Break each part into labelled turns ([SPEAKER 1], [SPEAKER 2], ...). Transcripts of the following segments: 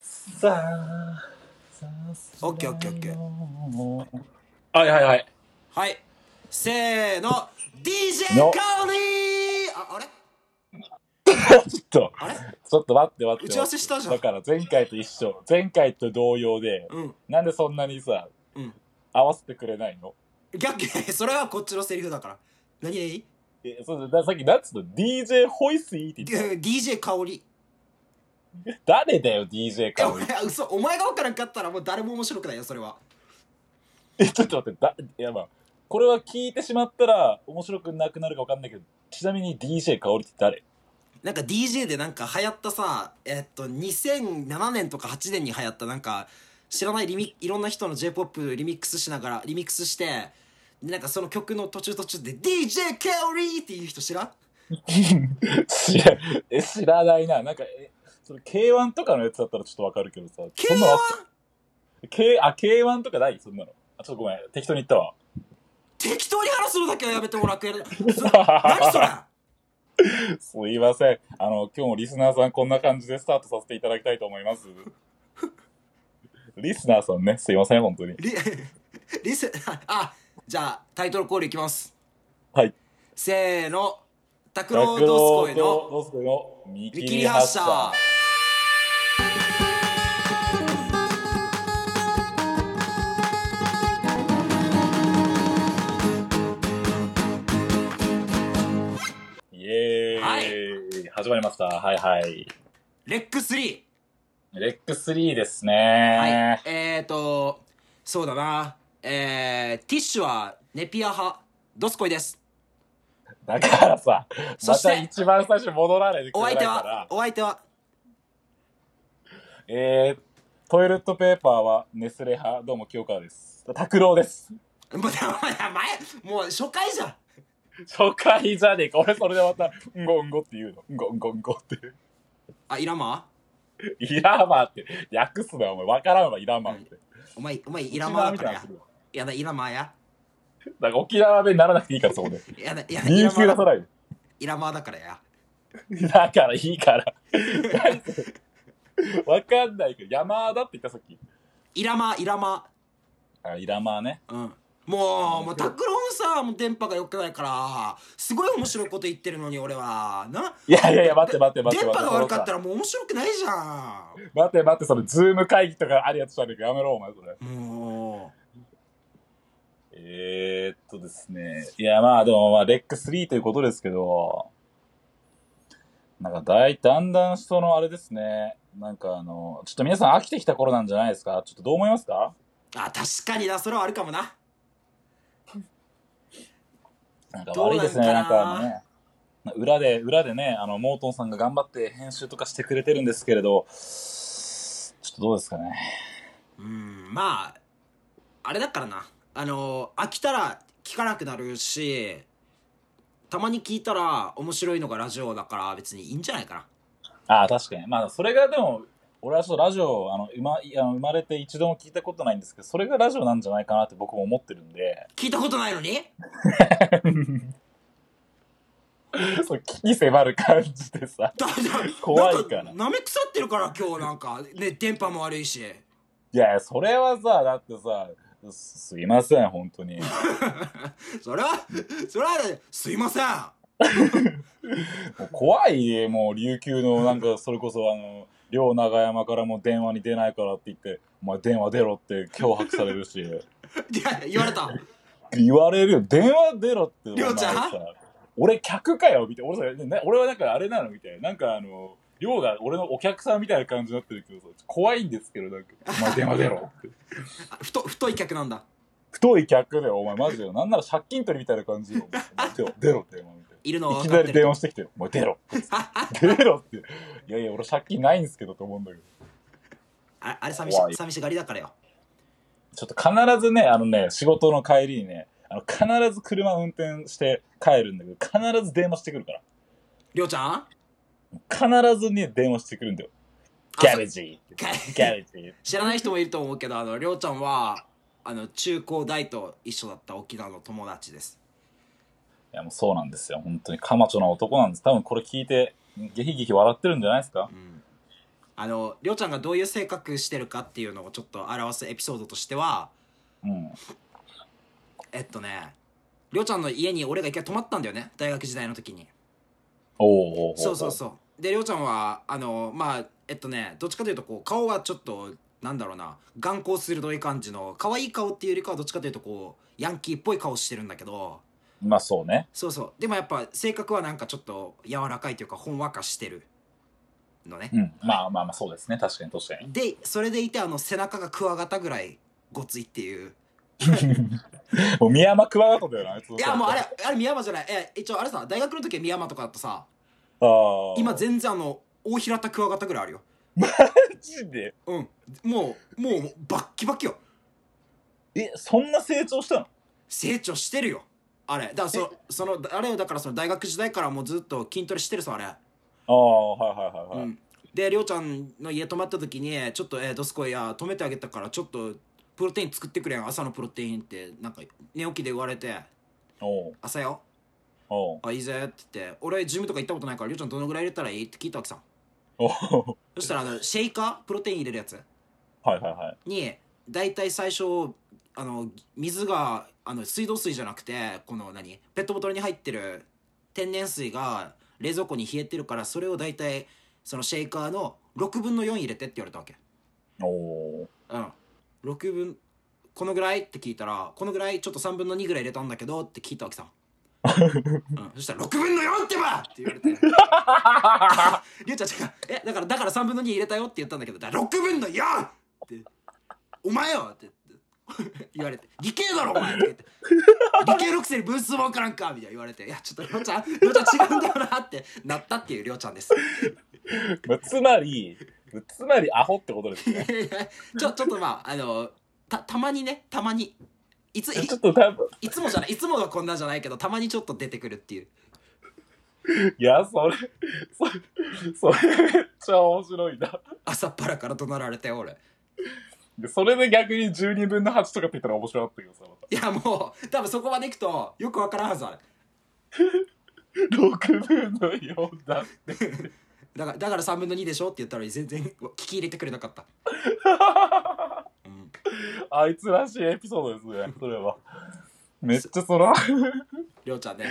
[SPEAKER 1] さあ、さあ、さ
[SPEAKER 2] オッケーオッケーオッケー
[SPEAKER 1] あはいはいはい。
[SPEAKER 2] はいせーの DJ
[SPEAKER 1] の
[SPEAKER 2] カオリーああれ
[SPEAKER 1] ちょっと
[SPEAKER 2] あれ、
[SPEAKER 1] ちょっと待って待って。
[SPEAKER 2] 打ち合わせしたじゃん
[SPEAKER 1] だから前回と一緒。前回と同様で、
[SPEAKER 2] うん
[SPEAKER 1] なんでそんなにさ、
[SPEAKER 2] うん
[SPEAKER 1] 合わせてくれないの
[SPEAKER 2] 逆 にそれはこっちのセリフだから何々
[SPEAKER 1] え、そうだ、さっきなんつうの ?DJ ホイスイって言って
[SPEAKER 2] DJ 香り
[SPEAKER 1] た。誰だよ、DJ
[SPEAKER 2] え
[SPEAKER 1] か。
[SPEAKER 2] 俺は嘘お前が分からんかったらもう誰も面白くないよそれは
[SPEAKER 1] え、ちょっと待って、だ、いやまあ、これは聞いてしまったら面白くなくなるかわかんないけど、ちなみに DJ 香りって誰
[SPEAKER 2] なんか DJ でなんか流行ったさえっと2007年とか8年に流行ったなんか知らないリミいろんな人の j p o p リミックスしながらリミックスしてでなんかその曲の途中途中で DJ ケオリーっていう人知らん
[SPEAKER 1] 知らえ知らないな。なんか、えそれ K1 とかのやつだったらちょっとわかるけどさ。そんなのあっ
[SPEAKER 2] K1
[SPEAKER 1] K あ、K1 とかないそんなの。あ、ちょっとごめん。適当に言ったわ。
[SPEAKER 2] 適当に話すのだけはやめてもら ってるそ何それ
[SPEAKER 1] すいません。あの、今日もリスナーさんこんな感じでスタートさせていただきたいと思います。リスナーさんね、すいません、本当に。
[SPEAKER 2] リ リスあじゃあタイトルコールいきます
[SPEAKER 1] はい。
[SPEAKER 2] せーの拓郎ドスコイの
[SPEAKER 1] ドスコイの見
[SPEAKER 2] 見
[SPEAKER 1] 切
[SPEAKER 2] 切
[SPEAKER 1] り
[SPEAKER 2] り
[SPEAKER 1] 発
[SPEAKER 2] 発車
[SPEAKER 1] 車。イエーイ、始まりました。はいはい。
[SPEAKER 2] レック3
[SPEAKER 1] レック3ですね。
[SPEAKER 2] はいえーとそうだなえー、ティッシュはネピア派ドスコイです
[SPEAKER 1] だからさ、
[SPEAKER 2] そ
[SPEAKER 1] ま
[SPEAKER 2] して
[SPEAKER 1] た一番最初に戻られてく
[SPEAKER 2] お
[SPEAKER 1] れない
[SPEAKER 2] 相手
[SPEAKER 1] か
[SPEAKER 2] は
[SPEAKER 1] ら。
[SPEAKER 2] お相手は
[SPEAKER 1] えー、トイレットペーパーはネスレ派、どうも清川です。拓郎です。
[SPEAKER 2] もう前もう初回じゃん
[SPEAKER 1] 初回じゃねえか。俺それでまた、うんごうんごって言うの。うんごうんごうんごって。
[SPEAKER 2] あイラマ
[SPEAKER 1] イラマーって、訳すな、お前。わからんわ、イラマーって。
[SPEAKER 2] お前お前イラマだ
[SPEAKER 1] み
[SPEAKER 2] か
[SPEAKER 1] た
[SPEAKER 2] ら
[SPEAKER 1] いな
[SPEAKER 2] や
[SPEAKER 1] のするわ。
[SPEAKER 2] やだイラマや
[SPEAKER 1] なんか沖縄弁にならなくていいから、そこ で。
[SPEAKER 2] やだやだイ
[SPEAKER 1] 理由
[SPEAKER 2] ラ
[SPEAKER 1] 級出さ
[SPEAKER 2] マ
[SPEAKER 1] ない
[SPEAKER 2] イラマだからや
[SPEAKER 1] で。だから、いいから。 何それわかんないけど、山だって言ったさっき。
[SPEAKER 2] イラマイラマ
[SPEAKER 1] あ、イラマーね。
[SPEAKER 2] うんもう、もう、拓郎さ、もう電波が良くないから、すごい面白いこと言ってるのに、俺は。な、
[SPEAKER 1] いやいやいや、待って待って待って
[SPEAKER 2] 電
[SPEAKER 1] 待って。
[SPEAKER 2] 波が悪かったらもう面白くないじゃ
[SPEAKER 1] 待って待って、その、ズーム会議とかあるやつじゃねえか。やめろ、お前、それ。
[SPEAKER 2] ん。も
[SPEAKER 1] えー、っとですね。いや、まあ、でも、まあ、レック3ということですけど、なんか、だい、だんだん、その、あれですね。なんか、あの、ちょっと皆さん飽きてきた頃なんじゃないですかちょっとどう思いますか
[SPEAKER 2] う、あ、確かにな、それはあるかもな。
[SPEAKER 1] なんか悪いですね、
[SPEAKER 2] どう
[SPEAKER 1] な
[SPEAKER 2] なんん
[SPEAKER 1] か
[SPEAKER 2] かな
[SPEAKER 1] あのね。裏で、裏でね、あの、モートンさんが頑張って編集とかしてくれてるんですけれど、ちょっとどうですかね。
[SPEAKER 2] うん、まあ、あれだからな。あの、飽きたら聞かなくなるし、たまに聞いたら面白いのがラジオだから別にいいんじゃないかな。
[SPEAKER 1] ああ、確かに。まあ、それがでも、俺はちょっとラジオ、あの、生ま、あの生まれて一度も聞いたことないんですけど、それがラジオなんじゃないかなって僕も思ってるんで、
[SPEAKER 2] 聞いたことないのに
[SPEAKER 1] そう、危機迫る感じでさ。
[SPEAKER 2] だだ
[SPEAKER 1] 怖いから
[SPEAKER 2] なん舐め腐ってるから今日なんか、ね、電波も悪いし。
[SPEAKER 1] いやいや、それはさ、だってさ、すすいません、本当に。
[SPEAKER 2] それは、 それは、すいません。
[SPEAKER 1] もう怖い、もう、琉球の、なんか、それこそ、あの、両長山からも電話に出ないからって言って、お前電話出ろって脅迫されるし、
[SPEAKER 2] いや、言われた。
[SPEAKER 1] 言われるよ、電話出ろって、お前
[SPEAKER 2] りょうちゃん
[SPEAKER 1] さ俺客かよ、みたいな。俺さ、ね、俺はなんかあれなのみたいな。なんかあの、亮が俺のお客さんみたいな感じになってるけどさ、怖いんですけど、なんか、お前電話出ろって。
[SPEAKER 2] 太、太い客なんだ。
[SPEAKER 1] 太い客だよ、お前マジで。なんなら借金取りみたいな感じよ。お前出ろ、出ろって、お前みたいな。
[SPEAKER 2] いるのはい分
[SPEAKER 1] き
[SPEAKER 2] か
[SPEAKER 1] な
[SPEAKER 2] っ
[SPEAKER 1] り
[SPEAKER 2] て
[SPEAKER 1] 電
[SPEAKER 2] る。
[SPEAKER 1] 話してきて、お前出ろ。出ろって。いやいや、俺借金ないんですけどと思うんだけど。
[SPEAKER 2] ああれ寂
[SPEAKER 1] 怖い
[SPEAKER 2] し、寂しがりだからよ。
[SPEAKER 1] ちょっと必ずね、あのね、仕事の帰りにね、あの必ず車運転して帰るんだけど、必ず電話してくるから。
[SPEAKER 2] りょうちゃん
[SPEAKER 1] 必ずね、電話してくるんだよ。
[SPEAKER 2] あ
[SPEAKER 1] ギャレージ
[SPEAKER 2] ギ
[SPEAKER 1] ギャレージ
[SPEAKER 2] 知らない人もいると思うけど、あの、りょうちゃんは、あの、中高大と一緒だった沖縄の友達です。
[SPEAKER 1] いや、もうそうなんですよ。本当に、カマチョな男なんです。多分これ聞いて、ゲヒゲヒ笑ってるんじゃないですか
[SPEAKER 2] うん。あのりょうちゃんがどういう性格してるかっていうのをちょっと表すエピソードとしては
[SPEAKER 1] うん。
[SPEAKER 2] えっとねりょうちゃんの家に俺が一回泊まったんだよね大学時代の時に
[SPEAKER 1] おお。
[SPEAKER 2] そうそうそうでりょうちゃんはあのまあえっとねどっちかというとこう顔はちょっとなんだろうな眼光鋭い感じの可愛い顔っていうよりかはどっちかというとこうヤンキーっぽい顔してるんだけど
[SPEAKER 1] う。まあそうね。
[SPEAKER 2] そうそうでもやっぱ性格はなんかちょっと柔らかいというかほんわかしてるのね
[SPEAKER 1] うん。まあまあまあそうですね。確かに確かに。
[SPEAKER 2] でそれでいてあの背中がクワガタぐらいごついっていう
[SPEAKER 1] もう宮山クワガタだよな、あいつの
[SPEAKER 2] いやもうあれあれ宮山じゃないえ一応あれさ大学の時は宮山とかだとさ
[SPEAKER 1] ああ。
[SPEAKER 2] 今全然あの大平田クワガタぐらいあるよ
[SPEAKER 1] マジで。
[SPEAKER 2] うんもうもうバッキバキよ
[SPEAKER 1] え、そんな成長したの
[SPEAKER 2] 成長してるよあれだからそそのあれよだからその大学時代からもうずっと筋トレしてるさあれ
[SPEAKER 1] ああ、はいはいはいは
[SPEAKER 2] う
[SPEAKER 1] い。
[SPEAKER 2] ん、でりょうちゃんの家泊まった時に「ちょっとえーどすこいや泊めてあげたからちょっとプロテイン作ってくれん朝のプロテイン」ってなんか寝起きで言われて
[SPEAKER 1] おう
[SPEAKER 2] 「朝よ
[SPEAKER 1] おう
[SPEAKER 2] あいいぜ」って言って「俺ジムとか行ったことないからりょうちゃんどのぐらい入れたらいい?」って聞いたわけさ
[SPEAKER 1] おう
[SPEAKER 2] そしたらあのシェイカープロテイン入れるやつ
[SPEAKER 1] はいはいはい。
[SPEAKER 2] に大体最初あの水があの水道水じゃなくてこの何ペットボトルに入ってる天然水が冷蔵庫に冷えてるからそれを大体そのシェイカーの6分の4入れてって言われたわけ。
[SPEAKER 1] おう
[SPEAKER 2] うん6分このぐらいって聞いたらこのぐらいちょっと3分の2ぐらい入れたんだけどって聞いたわけさ、うん、そしたら「6分の 4! ってば!」って言われてりゅうちゃんちゃんが「えだからだから3分の2入れたよ」って言ったんだけど「だから6分の 4!」って「お前よ!」って言われて「理系だろお前!」って言って「理系のくせに分数もわからんか!」みたいな言われて「いやちょっとりょうちゃんりょうちゃん違うんだよな」ってなったっていうりょうちゃんです
[SPEAKER 1] まあつまり、つまりアホってことですね。
[SPEAKER 2] ちょちょっとまああのたたまにねたまにい つい
[SPEAKER 1] ちょっと多分、
[SPEAKER 2] いつもじゃないいつもはこんなじゃないけどたまにちょっと出てくるっていう
[SPEAKER 1] いや、それ、それ、それめっちゃ面白いな。
[SPEAKER 2] 朝っぱらから怒鳴られて俺
[SPEAKER 1] でそれで逆に12分の8とかって言ったら面白かったけどさ、また。
[SPEAKER 2] いやもう多分そこまでいくとよくわからんはずあれ
[SPEAKER 1] 6分の4だって。
[SPEAKER 2] だからだから3分の2でしょって言ったのに全然聞き入れてくれな かった、うん、
[SPEAKER 1] あいつらしいエピソードですね、それは。めっちゃそら。
[SPEAKER 2] りょうちゃんね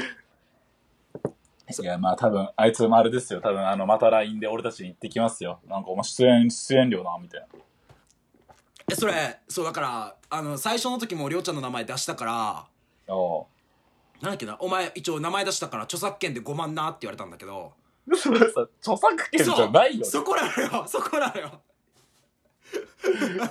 [SPEAKER 1] いや、まあ多分、あいつもあれですよ。多分、あの、また LINE で俺たちに行ってきますよ。なんか、お前出演、出演料な、みたいな。
[SPEAKER 2] えそれそうだからあの最初の時もりょうちゃんの名前出したから
[SPEAKER 1] お
[SPEAKER 2] なんだっけなお前一応名前出したから著作権で5万なって言われたんだけど
[SPEAKER 1] うそれさ、著作権じ
[SPEAKER 2] そ
[SPEAKER 1] ゃ
[SPEAKER 2] う
[SPEAKER 1] ないよ。
[SPEAKER 2] そこなのよそこなのよ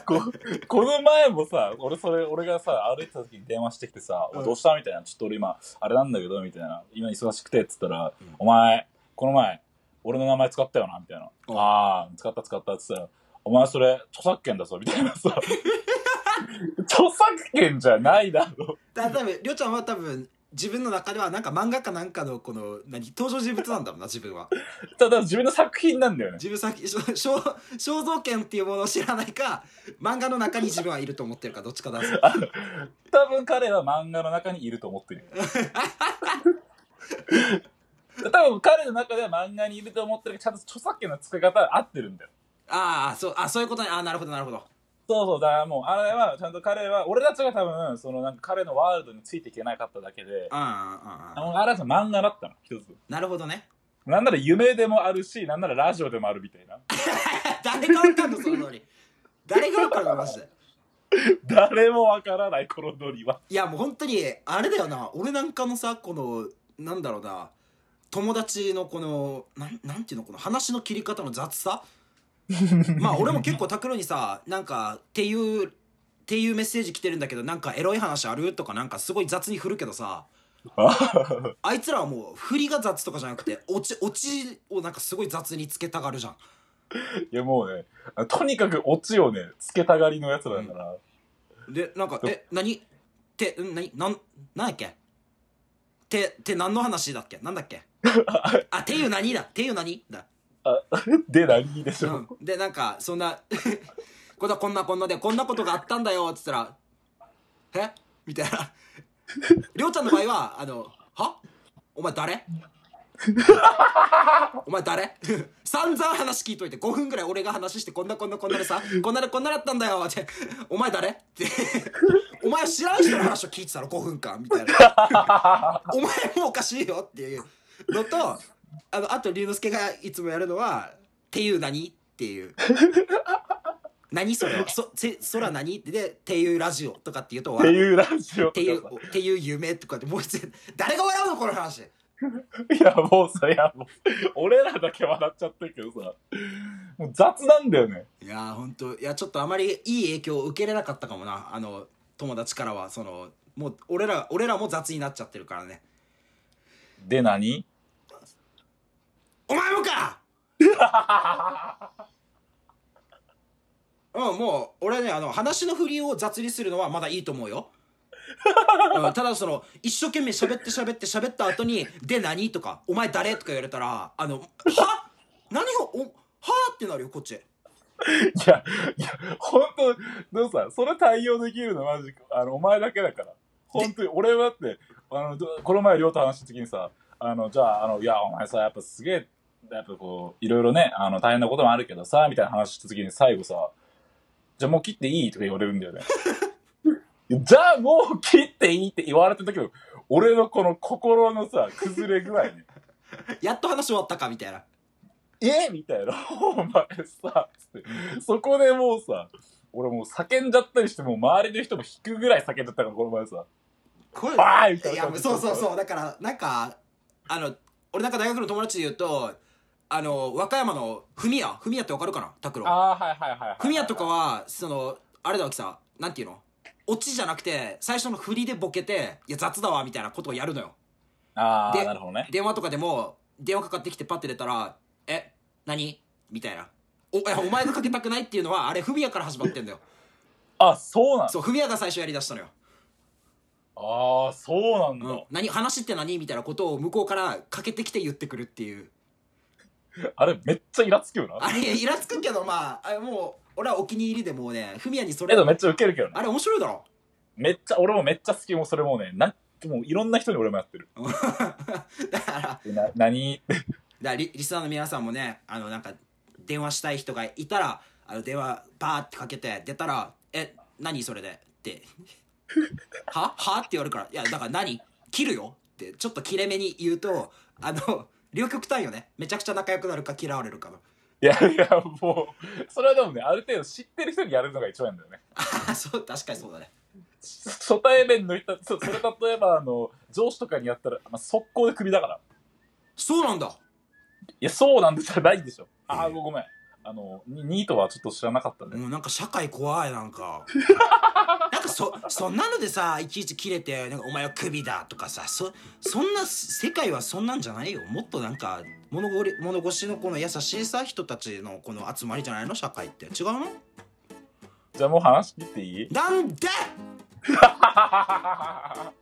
[SPEAKER 1] ここの前もさ、俺それ、俺がさ、歩いてた時に電話してきてさ、
[SPEAKER 2] うん
[SPEAKER 1] どうしたみたいな、ちょっと俺今、あれなんだけど、みたいな、今忙しくて、っつったら、
[SPEAKER 2] うん
[SPEAKER 1] お前、この前、俺の名前使ったよな、みたいな。
[SPEAKER 2] う
[SPEAKER 1] あ
[SPEAKER 2] ん
[SPEAKER 1] あ、使った使った、っつったら、お前それ、著作権だぞ、みたいなさ。 著作権じゃないだろ。
[SPEAKER 2] だ多分りょうちゃんは多分自分の中ではなんか漫画かなんかのこの何登場人物なんだろうな自分は
[SPEAKER 1] ただ自分の作品なんだよね。
[SPEAKER 2] 自分さしょ肖肖像権っていうものを知らないか漫画の中に自分はいると思ってるかどっちかだぞ
[SPEAKER 1] 多分彼は漫画の中にいると思って る。多分彼の中では漫画にいると思ってるけど、ちゃんと著作権の付け方は合ってるんだよ。
[SPEAKER 2] ああそうあそういうことねああなるほどなるほど
[SPEAKER 1] そうそう、だからもう、あれは、ちゃんと彼は、俺たちが多分、そのなんか彼のワールドについていけなかっただけで、
[SPEAKER 2] うんうん
[SPEAKER 1] あ
[SPEAKER 2] うんうん
[SPEAKER 1] の、あれは漫画だったの、一つ。
[SPEAKER 2] なるほどね
[SPEAKER 1] なんなら夢でもあるし、なんならラジオでもあるみたいな。
[SPEAKER 2] 誰がわかんのその通り誰がわかるのマジで
[SPEAKER 1] 誰もわからない、このノリは。
[SPEAKER 2] いやもう本当にあれだよな俺なんかのさこのなんだろうな友達のこのなんなんていうのこの話の切り方の雑さまあ俺も結構拓郎にさなんかっていうっていうメッセージ来てるんだけどなんかエロい話あるとかなんかすごい雑に振るけどさあいつらはもう振りが雑とかじゃなくてオチオチをなんかすごい雑につけたがるじゃん
[SPEAKER 1] いや、もうね、とにかくオチをね、つけたがりのやつらだから、
[SPEAKER 2] でなんか「え何ってん何なんなんだっけてて何の話だっけなんだっけあていう何だていう何だ、
[SPEAKER 1] で、何でし
[SPEAKER 2] う
[SPEAKER 1] ょう。
[SPEAKER 2] ん、でなんかそんな こんなこんなこんなでこんなことがあったんだよっつったら「え みたいなりょうちゃんの場合は「あのはお前誰 お前誰 散々話聞いといて5分ぐらい俺が話してこんなこんなこんなでさこんなでこんなだったんだよってお前 誰ってお前知らん人の話を聞いてたの5分間みたいな お前もおかしいよっていうのとあのあと龍之介がいつもやるのは「っていう何?」っていう「何それはそせそら何?」ってで「っていうラジオ」とかって言うと
[SPEAKER 1] って
[SPEAKER 2] 笑う
[SPEAKER 1] いうラジオ
[SPEAKER 2] っていうっていう夢とかってもう一つ誰が笑うのこの話
[SPEAKER 1] いや、もうさ、いや、もう、 俺らだけ笑っちゃってるけどさ、もう雑なんだよね。
[SPEAKER 2] いやー本当いやちょっとあまりいい影響を受けれなかったかもなあの友達からはそのもう俺ら俺らも雑になっちゃってるからね
[SPEAKER 1] で何、
[SPEAKER 2] お前も かうんもう俺ねあの話の振りを雑にするのはまだいいと思 うよ、うん、ただその一生懸命喋って喋って喋った後に「で何?」とか「お前誰?」とか言われたらあの「は何がおはってなるよこっち
[SPEAKER 1] いや、いや、ほんと、でもさ、それ対応できるのマジ、あの、お前だけだから。本当に、俺はだって、あの、どこの前、りょうと話した時にさ、あの、じゃあ、あの、いや、お前さ、やっぱすげえ、やっぱこう、いろいろね、あの、大変なこともあるけどさ、みたいな話した時に最後さ、じゃあもう切っていいとか言われるんだよね。じゃあもう切っていいって言われた時の、俺のこの心のさ、崩れ具合ね。
[SPEAKER 2] やっと話終わったか」みたいな
[SPEAKER 1] えみたいな。 お前さ、つって。そこでもうさ、俺もう叫んじゃったりして、もう周りの人も引くぐらい叫んじゃったから、この前さ。
[SPEAKER 2] これ
[SPEAKER 1] バーンみたい
[SPEAKER 2] い
[SPEAKER 1] な
[SPEAKER 2] や
[SPEAKER 1] 感じで。
[SPEAKER 2] そうそうそうだからなんかあの俺なんか大学の友達で言うとあの和歌山のフミヤフミヤってわかるかな拓郎
[SPEAKER 1] ああ、はいはいはいはい。
[SPEAKER 2] フミヤとかはそのあれだわけさなんていうのオチじゃなくて最初の振りでボケて「いや雑だわ」みたいなことをやるのよ
[SPEAKER 1] ああ、
[SPEAKER 2] で
[SPEAKER 1] なるほどね。
[SPEAKER 2] 電話とかでも電話かかってきてパッて出たら「え何?」みたいなおいやお前がかけたくないっていうのはあれフミヤから始まってんだよ
[SPEAKER 1] あ、そうなんだ。
[SPEAKER 2] そうフミヤが最初やりだしたのよ
[SPEAKER 1] ああ、そうなんだ。
[SPEAKER 2] 何話って何みたいなことを向こうからかけてきて言ってくるっていう
[SPEAKER 1] あれ、めっちゃイラつくよな。
[SPEAKER 2] あれイラつくけどまああれもう俺はお気に入りでもうねフミヤにそ
[SPEAKER 1] け
[SPEAKER 2] れ
[SPEAKER 1] どめっちゃウケるけどね。
[SPEAKER 2] あれ面白いだろ
[SPEAKER 1] めっちゃ、俺もめっちゃ好き。もうそれもうね、なんもういろんな人に俺もやってる。
[SPEAKER 2] だから
[SPEAKER 1] な、何 って。
[SPEAKER 2] だリリスナーの皆さんもねあのなんか電話したい人がいたらあの電話バーってかけて出たら「え何それで?」って「はは?」って言われるから「いやだから何切るよ」ってちょっと切れ目に言うとあの両極端よねめちゃくちゃ仲良くなるか嫌われるかの
[SPEAKER 1] いやいや、もう、それはでもね、ある程度知ってる人にやるのが一番なんだよね。
[SPEAKER 2] あ そう確かにそうだね
[SPEAKER 1] 初対面の人、そそれ例えばあの、上司とかにやったら、まあ、速攻でクビだから。
[SPEAKER 2] そうなんだ
[SPEAKER 1] いや、そうなんじゃないでしょ。ああ、ごめん。あの、にニートはちょっと知らなかったね。
[SPEAKER 2] もうなんか社会怖いなんかなんかそそんなのでさいちいち切れてなんかお前はクビだとかさそそんな世界はそんなんじゃないよもっとなんか物ごり物腰のこの優しいさ人たちのこの集まりじゃないの社会って違うの
[SPEAKER 1] じゃあもう話切っていい
[SPEAKER 2] なんで
[SPEAKER 1] あ